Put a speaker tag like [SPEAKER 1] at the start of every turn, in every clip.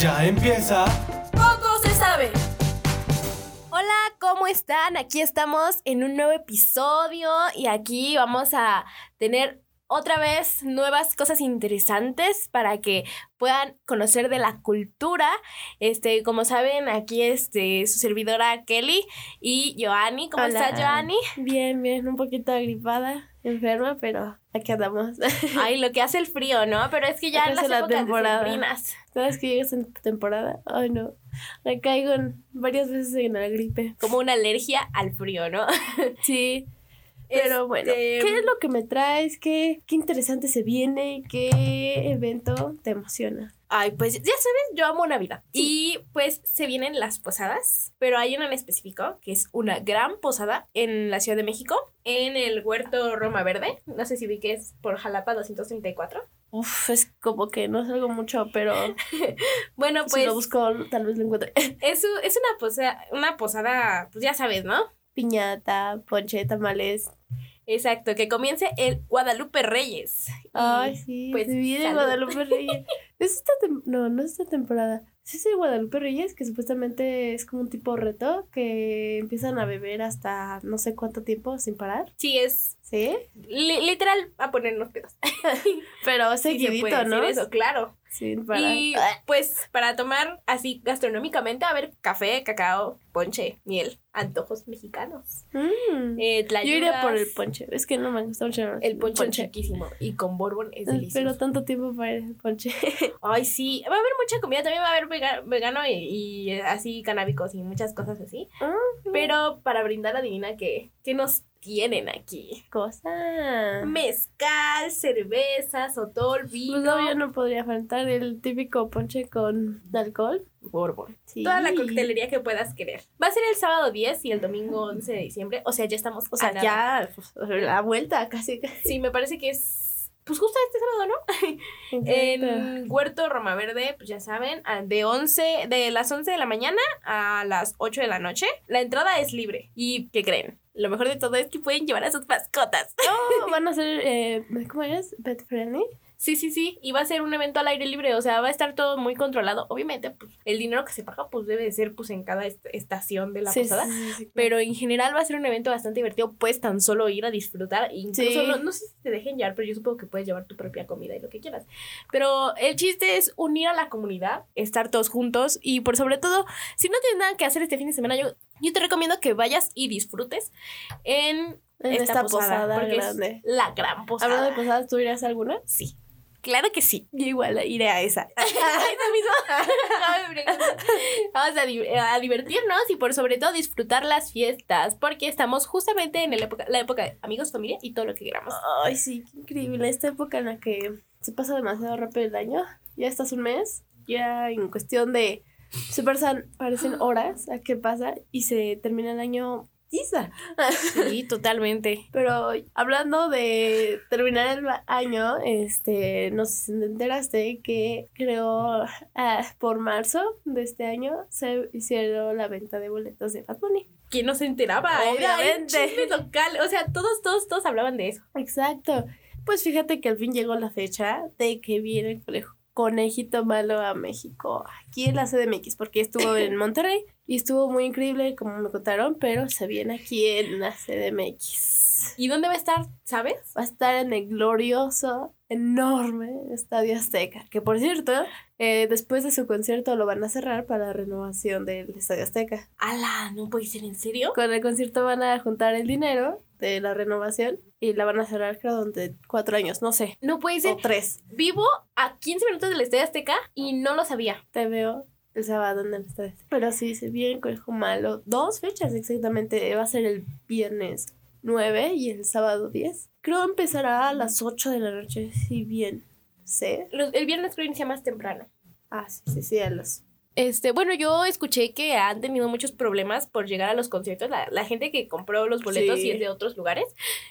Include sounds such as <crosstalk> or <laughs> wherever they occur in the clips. [SPEAKER 1] Ya empieza.
[SPEAKER 2] Poco se sabe. Hola, ¿cómo están? Aquí estamos en un nuevo episodio y aquí vamos a tener otra vez nuevas cosas interesantes para que puedan conocer de la cultura. Este, como saben, aquí este su servidora Kelly y Joanny. ¿Cómo
[SPEAKER 3] Hola.
[SPEAKER 2] está
[SPEAKER 3] <laughs>
[SPEAKER 2] Joanny?
[SPEAKER 3] Bien, bien, un poquito agripada, enferma, pero aquí andamos. <laughs>
[SPEAKER 2] Ay, lo que hace el frío, ¿no? Pero es que ya
[SPEAKER 3] Lo que
[SPEAKER 2] en las
[SPEAKER 3] hace la
[SPEAKER 2] épocas
[SPEAKER 3] temporada.
[SPEAKER 2] decembrinas.
[SPEAKER 3] Cada vez que llegas en tu temporada, ay no, me caigo en- varias veces en la gripe.
[SPEAKER 2] como una alergia al frío, ¿no?
[SPEAKER 3] Sí, pero bueno,
[SPEAKER 2] Este,
[SPEAKER 3] ¿qué es lo que me traes? ¿Qué, qué interesante se viene? ¿Qué evento te emociona?
[SPEAKER 2] Ay, pues ya sabes, yo amo Navidad. Y pues se vienen las posadas, pero hay una en específico que es una gran posada en la Ciudad de México, en el Huerto Roma Verde. No sé si vi que es por Jalapa 234.
[SPEAKER 3] Uf, es como que no salgo mucho, <laughs> pero
[SPEAKER 2] Bueno,
[SPEAKER 3] si
[SPEAKER 2] pues
[SPEAKER 3] lo busco tal vez lo encuentre.
[SPEAKER 2] es, u- es una, posada, una posada, pues ya sabes, ¿no?
[SPEAKER 3] Piñata, ponche, tamales.
[SPEAKER 2] Exacto, que comience el Guadalupe Reyes. Y-
[SPEAKER 3] Ay, sí,
[SPEAKER 2] pues,
[SPEAKER 3] pues viene
[SPEAKER 2] salud.
[SPEAKER 3] Guadalupe Reyes. <laughs> ¿Es esta tem- no, no es esta temporada. Sí, es el Guadalupe Reyes, que supuestamente es como un tipo reto que empiezan a beber hasta no sé cuánto tiempo sin parar.
[SPEAKER 2] Sí, es
[SPEAKER 3] Sí,
[SPEAKER 2] li- literal a ponernos pedos. Sí
[SPEAKER 3] pero
[SPEAKER 2] se
[SPEAKER 3] seguidito,
[SPEAKER 2] puede decir
[SPEAKER 3] ¿no?
[SPEAKER 2] Eso, claro.
[SPEAKER 3] Sin parar. Ah,
[SPEAKER 2] Y pues para tomar así gastronómicamente, a ver, café, cacao, ponche, miel, antojos mexicanos.
[SPEAKER 3] Mm.
[SPEAKER 2] Eh,
[SPEAKER 3] Yo iría
[SPEAKER 2] tlayudas,
[SPEAKER 3] por el ponche. Es que no me gusta mucho
[SPEAKER 2] El ponche, es riquísimo y con borbón es delicioso.
[SPEAKER 3] Pero tanto tiempo para el ponche. <laughs>
[SPEAKER 2] Ay, sí, va a haber mucha comida, también va a haber vega- vegano y, y, eh, así canábicos y muchas cosas así.
[SPEAKER 3] Ah,
[SPEAKER 2] Pero para brindar, adivina qué, qué nos tienen aquí.
[SPEAKER 3] Cosa.
[SPEAKER 2] Mezcal, cerveza, sotol,
[SPEAKER 3] Ah. Pues
[SPEAKER 2] vino,
[SPEAKER 3] obvio no podría faltar el típico ponche con alcohol.
[SPEAKER 2] borbón.
[SPEAKER 3] Sí.
[SPEAKER 2] Toda la coctelería que puedas querer. Va a ser el sábado 10 y el domingo 11 de diciembre. O sea, ya estamos.
[SPEAKER 3] O
[SPEAKER 2] a
[SPEAKER 3] sea,
[SPEAKER 2] nada.
[SPEAKER 3] ya pues, la vuelta casi. casi.
[SPEAKER 2] Sí, me parece que es. Pues justo este sábado, ¿no?
[SPEAKER 3] Exacto.
[SPEAKER 2] En Huerto Roma Verde, pues ya saben, a- de 11, de las 11 de la mañana a las 8 de la noche. La entrada es libre. ¿Y qué creen? Lo mejor de todo es que pueden llevar a sus mascotas. <laughs>
[SPEAKER 3] No, van a ser, eh, ¿cómo eres? Pet friendly.
[SPEAKER 2] Sí, sí, sí. Y va a ser un evento al aire libre. O sea, va a estar todo muy controlado. Obviamente, pues el dinero que se paga, pues debe de ser pues en cada est- estación de la
[SPEAKER 3] Sí,
[SPEAKER 2] posada.
[SPEAKER 3] sí, sí, sí, claro.
[SPEAKER 2] Pero en general va a ser un evento bastante divertido. Puedes tan solo ir a disfrutar. Incluso
[SPEAKER 3] Sí.
[SPEAKER 2] no, no sé si te dejen llevar, pero yo supongo que puedes llevar tu propia comida y lo que quieras. Pero el chiste es unir a la comunidad, estar todos juntos y por sobre todo, si no tienes nada que hacer este fin de semana, yo, yo te recomiendo que vayas y disfrutes en,
[SPEAKER 3] en esta, posada,
[SPEAKER 2] porque es
[SPEAKER 3] grande.
[SPEAKER 2] la gran posada.
[SPEAKER 3] Hablando de posadas, ¿tú irás a alguna?
[SPEAKER 2] Sí. Claro que sí.
[SPEAKER 3] Yo igual iré a
[SPEAKER 2] <laughs>
[SPEAKER 3] esa.
[SPEAKER 2] Ay, esa misma. Acabo de preguntar. Vamos a, di- a divertirnos y por sobre todo disfrutar las fiestas, porque estamos justamente en el época, la época de amigos, familia y todo lo que queramos.
[SPEAKER 3] Ay, sí, qué increíble. Esta época en la que se pasa demasiado rápido el año. Ya estás un mes, ya en cuestión de. Se pasan, parecen horas a qué pasa y se termina el año. ¡Tiza!
[SPEAKER 2] Sí, totalmente.
[SPEAKER 3] Pero hablando de terminar el año, este, no sé si te enteraste que creo ah, por marzo de este año se hicieron la venta de boletos de Bad Bunny.
[SPEAKER 2] ¿Quién no se enteraba? Era un
[SPEAKER 3] Obviamente.
[SPEAKER 2] chisme local. O sea, todos, todos, todos hablaban de eso.
[SPEAKER 3] Exacto. Pues fíjate que al fin llegó la fecha de que viene el conejo- conejito malo a México, aquí en la CDMX, porque estuvo en Monterrey y estuvo muy increíble, como me contaron, pero se viene aquí en la CDMX.
[SPEAKER 2] ¿Y dónde va a estar? ¿Sabes?
[SPEAKER 3] va a estar en el glorioso, enorme Estadio Azteca. Que por cierto, eh, después de su concierto lo van a cerrar para la renovación del Estadio Azteca.
[SPEAKER 2] Ala, no puede ser en serio.
[SPEAKER 3] Con el concierto van a juntar el dinero de la renovación y la van a cerrar, creo, durante cuatro años, no sé.
[SPEAKER 2] No puede
[SPEAKER 3] O
[SPEAKER 2] ser.
[SPEAKER 3] tres.
[SPEAKER 2] Vivo a 15 minutos del Estadio Azteca y no lo sabía.
[SPEAKER 3] Te veo el sábado en el Estadio Azteca. Pero sí, se viene el conejo malo. Dos fechas exactamente. Va a ser el viernes 9 y el sábado 10. Creo empezará a las 8 de la noche, si bien sé.
[SPEAKER 2] Los- el viernes creo inicia más temprano.
[SPEAKER 3] Ah, sí, sí, sí, a las
[SPEAKER 2] Este, bueno, yo escuché que han tenido muchos problemas por llegar a los conciertos. La, la gente que compró los boletos
[SPEAKER 3] Sí.
[SPEAKER 2] y es de otros lugares.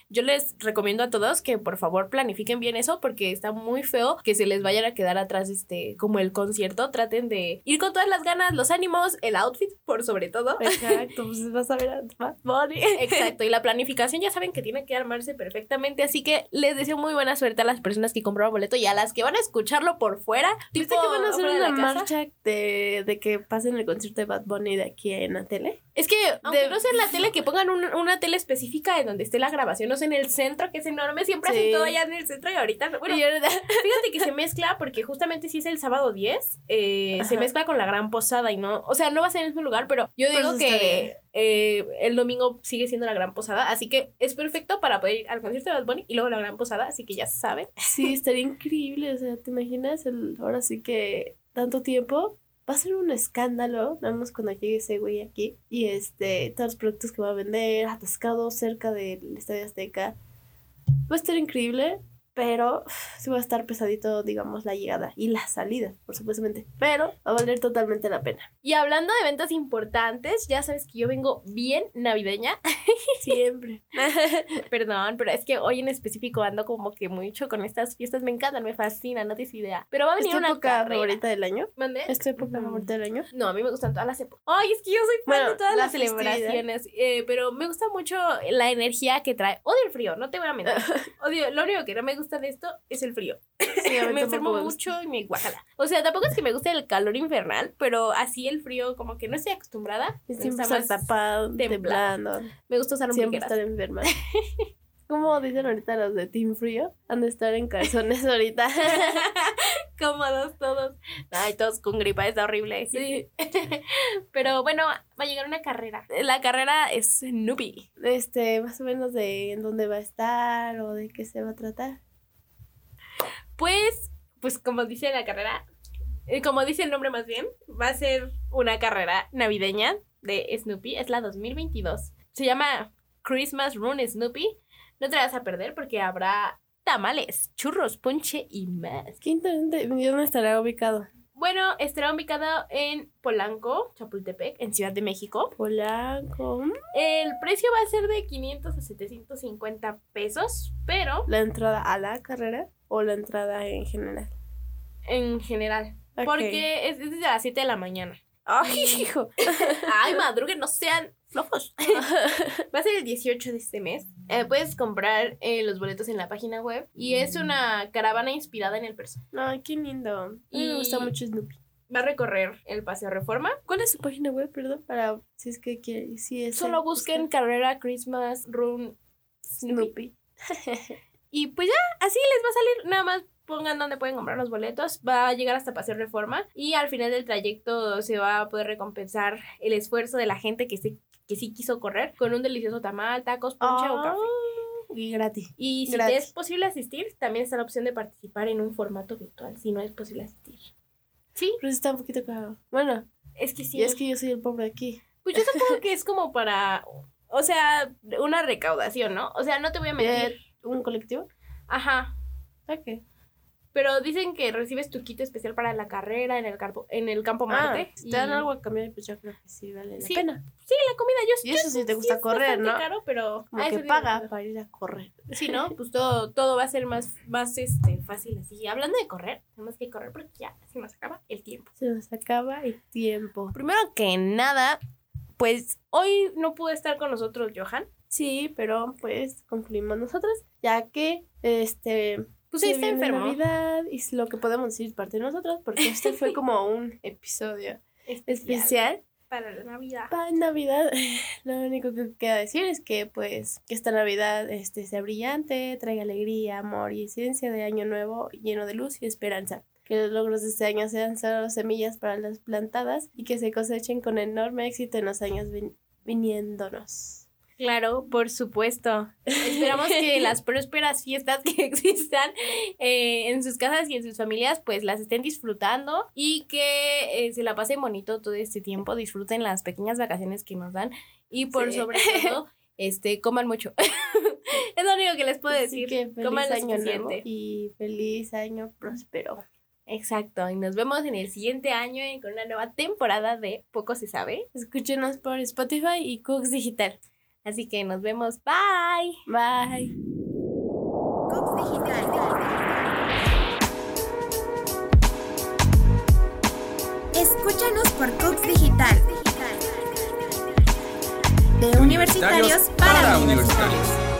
[SPEAKER 2] Yo les recomiendo a todos que por favor planifiquen bien eso porque está muy feo que se les vayan a quedar atrás este como el concierto. Traten de ir con todas las ganas, los ánimos, el outfit por sobre
[SPEAKER 3] <laughs>
[SPEAKER 2] todo.
[SPEAKER 3] Exacto, pues vas a ver a Bad <laughs> Bunny.
[SPEAKER 2] Exacto, y la planificación ya saben que tiene que armarse perfectamente, así que les deseo muy buena suerte a las personas que compraron boleto y a las que van a escucharlo por fuera.
[SPEAKER 3] ¿Viste
[SPEAKER 2] tipo,
[SPEAKER 3] que Pues, van a hacer
[SPEAKER 2] fuera de
[SPEAKER 3] una
[SPEAKER 2] la casa.
[SPEAKER 3] marcha de, de que pasen el concierto de Bad Bunny de aquí en la tele?
[SPEAKER 2] Es que, aunque
[SPEAKER 3] De-
[SPEAKER 2] no sea en
[SPEAKER 3] <laughs>
[SPEAKER 2] la tele, que pongan un- una tele específica en donde esté la grabación, no sé, en el centro, que es enorme, siempre
[SPEAKER 3] Sí.
[SPEAKER 2] hacen todo allá en el centro y ahorita... no. Bueno,
[SPEAKER 3] Y <laughs> ahora-
[SPEAKER 2] fíjate que se mezcla porque justamente si es el sábado 10, eh, se
[SPEAKER 3] Ajá.
[SPEAKER 2] mezcla con la gran posada y no... O sea, no va a ser en el mismo lugar, pero yo
[SPEAKER 3] Pero
[SPEAKER 2] digo
[SPEAKER 3] eso está bien.
[SPEAKER 2] que eh, el domingo sigue siendo la gran posada, así que es perfecto para poder ir al concierto de Bad Bunny y luego la gran posada, así que ya saben.
[SPEAKER 3] Sí, estaría increíble. O sea, ¿te imaginas? El, ahora sí que tanto tiempo. Va a ser un escándalo. Vemos cuando llegue ese güey aquí. Y este, todos los productos que va a vender, atascados cerca del Estadio Azteca. Va a estar increíble, pero uf, sí va a estar pesadito, digamos, la llegada y la salida, por supuestamente. Pero va a valer totalmente la <laughs> pena.
[SPEAKER 2] Y hablando de ventas importantes, ya sabes que yo vengo bien navideña.
[SPEAKER 3] Siempre.
[SPEAKER 2] <laughs> Perdón, pero es que hoy en específico ando como que mucho con estas fiestas. Me encantan, me fascinan, no tienes idea. Pero va a
[SPEAKER 3] ¿Es
[SPEAKER 2] venir
[SPEAKER 3] tu
[SPEAKER 2] una
[SPEAKER 3] época
[SPEAKER 2] carrera.
[SPEAKER 3] favorita del año?
[SPEAKER 2] ¿Mandé?
[SPEAKER 3] ¿Es tu época
[SPEAKER 2] Mm.
[SPEAKER 3] favorita del año?
[SPEAKER 2] No, a mí me gustan todas las épocas. Ay, es que yo soy fan
[SPEAKER 3] Bueno,
[SPEAKER 2] de todas
[SPEAKER 3] la
[SPEAKER 2] las
[SPEAKER 3] festividad.
[SPEAKER 2] celebraciones. eh, pero me gusta mucho la energía que trae. Odio el frío, no te voy a <laughs> mentir. Odio, lo único que no me gusta de esto es el frío.
[SPEAKER 3] <laughs> Sí, a mí
[SPEAKER 2] me
[SPEAKER 3] tampoco
[SPEAKER 2] enfermo
[SPEAKER 3] me gusta.
[SPEAKER 2] mucho y me guajala. O sea, tampoco es que me guste el calor infernal, pero así el frío, como que no estoy acostumbrada.
[SPEAKER 3] Y
[SPEAKER 2] Me
[SPEAKER 3] Siempre
[SPEAKER 2] gusta
[SPEAKER 3] estar
[SPEAKER 2] más-
[SPEAKER 3] tapado,
[SPEAKER 2] temblado.
[SPEAKER 3] temblando.
[SPEAKER 2] Me gusta usar
[SPEAKER 3] Siempre
[SPEAKER 2] mujeres.
[SPEAKER 3] estar <laughs> enferma. Como dicen ahorita los de Team Frío, han de estar en calzones <laughs> ahorita.
[SPEAKER 2] <laughs> cómodos todos. Ay, todos con gripa, está horrible.
[SPEAKER 3] Sí.
[SPEAKER 2] <laughs> Pero bueno, va a llegar una carrera. La carrera es Snoopy.
[SPEAKER 3] Este, más o menos de en dónde va a estar o de qué se va a tratar.
[SPEAKER 2] Pues, pues como dice la carrera, eh, como dice el nombre más bien, va a ser una carrera navideña de Snoopy. Es la 2022. Se llama Christmas Run Snoopy. No te la vas a perder porque habrá tamales, churros, ponche y más.
[SPEAKER 3] Qué interesante, ¿dónde estará ubicado?
[SPEAKER 2] Bueno, estará ubicado en Polanco, Chapultepec, en Ciudad de México.
[SPEAKER 3] Polanco. mm,
[SPEAKER 2] El precio va a ser de 500 a 750 pesos, pero
[SPEAKER 3] La entrada a la carrera o la entrada en general.
[SPEAKER 2] en general.
[SPEAKER 3] Ok.
[SPEAKER 2] Porque es, es desde las 7 de la mañana.
[SPEAKER 3] Ay, <laughs> hijo.
[SPEAKER 2] Ay, madruguen, no sean flojos. <laughs> va a ser el 18 de este mes. Eh, puedes comprar eh, los boletos en la página web. Y es una caravana inspirada en el personaje.
[SPEAKER 3] Ay, qué lindo. A mí Me gusta
[SPEAKER 2] Y-
[SPEAKER 3] mucho Snoopy.
[SPEAKER 2] Va a recorrer el Paseo Reforma.
[SPEAKER 3] ¿Cuál es su página web, perdón? Para si es que quiere, si es
[SPEAKER 2] Solo busquen carrera Christmas Run Snoopy.
[SPEAKER 3] Snoopy.
[SPEAKER 2] Y pues ya, así les va a salir. Nada más pongan dónde pueden comprar los boletos. Va a llegar hasta Paseo Reforma. Y al final del trayecto se va a poder recompensar el esfuerzo de la gente que sí, que sí quiso correr con un delicioso tamal, tacos, ponche o
[SPEAKER 3] Ah,
[SPEAKER 2] café. Ah.
[SPEAKER 3] Y gratis.
[SPEAKER 2] Y si te
[SPEAKER 3] gratis.
[SPEAKER 2] es posible asistir, también está la opción de participar en un formato virtual, si no es posible asistir. Sí,
[SPEAKER 3] Pero sí está un poquito caro. Bueno,
[SPEAKER 2] es que sí.
[SPEAKER 3] y es que yo soy el pobre aquí.
[SPEAKER 2] Pues yo supongo que es como para, o sea, una recaudación, ¿no? O sea, no te voy a mentir.
[SPEAKER 3] Eh, ¿Un colectivo? Ah,
[SPEAKER 2] Ajá,
[SPEAKER 3] Ok.
[SPEAKER 2] Pero dicen que recibes tu kit especial para la carrera en el, carpo- en el campo
[SPEAKER 3] Ah,
[SPEAKER 2] Marte.
[SPEAKER 3] si te dan
[SPEAKER 2] Y-
[SPEAKER 3] algo a cambiar, pues yo creo que sí vale la
[SPEAKER 2] Sí,
[SPEAKER 3] pena.
[SPEAKER 2] Sí, la comida. Yo,
[SPEAKER 3] Y eso sí te
[SPEAKER 2] yo-
[SPEAKER 3] gusta
[SPEAKER 2] es
[SPEAKER 3] correr,
[SPEAKER 2] bastante
[SPEAKER 3] ¿no?
[SPEAKER 2] caro, pero...
[SPEAKER 3] Como
[SPEAKER 2] Ah,
[SPEAKER 3] que
[SPEAKER 2] eso sí me
[SPEAKER 3] paga
[SPEAKER 2] gusta.
[SPEAKER 3] para ir a correr.
[SPEAKER 2] <laughs> Sí, ¿no? Pues todo, todo va a ser más, más este, fácil así. Hablando de correr, tenemos que correr porque ya se nos acaba el tiempo.
[SPEAKER 3] Se nos acaba el tiempo.
[SPEAKER 2] Primero que nada, pues hoy no pudo estar con nosotros Johan.
[SPEAKER 3] Sí, pero pues concluimos nosotros, ya que este.
[SPEAKER 2] Pues
[SPEAKER 3] se
[SPEAKER 2] ahí está
[SPEAKER 3] viene
[SPEAKER 2] enfermo.
[SPEAKER 3] Navidad y es lo que podemos decir parte de nosotros, porque
[SPEAKER 2] <laughs>
[SPEAKER 3] este fue como un episodio especial
[SPEAKER 2] Para la Navidad.
[SPEAKER 3] para Navidad, <laughs> lo único que queda decir es que pues que esta Navidad este, sea brillante, traiga alegría, amor y ciencia de año nuevo lleno de luz y esperanza. Que los logros de este año sean solo semillas para las plantadas y que se cosechen con enorme éxito en los años vin- viniéndonos.
[SPEAKER 2] Claro, por supuesto. <laughs> Esperamos que las prósperas fiestas que <laughs> existan eh, en sus casas y en sus familias, pues las estén disfrutando y que eh, se la pasen bonito todo este tiempo, disfruten las pequeñas vacaciones que nos dan y por
[SPEAKER 3] Sí.
[SPEAKER 2] sobre todo, este, coman mucho. <laughs> es lo único que les puedo
[SPEAKER 3] Así
[SPEAKER 2] decir.
[SPEAKER 3] que feliz
[SPEAKER 2] coman lo
[SPEAKER 3] año nuevo
[SPEAKER 2] suficiente.
[SPEAKER 3] y feliz año próspero.
[SPEAKER 2] Exacto, y nos vemos en el siguiente año en- con una nueva temporada de Poco se sabe.
[SPEAKER 3] Escúchenos por Spotify y Cooks Digital.
[SPEAKER 2] Así que nos vemos, bye.
[SPEAKER 3] Bye.
[SPEAKER 2] Cooks
[SPEAKER 1] Escúchanos por Cooks Digital. De universitarios para universitarios.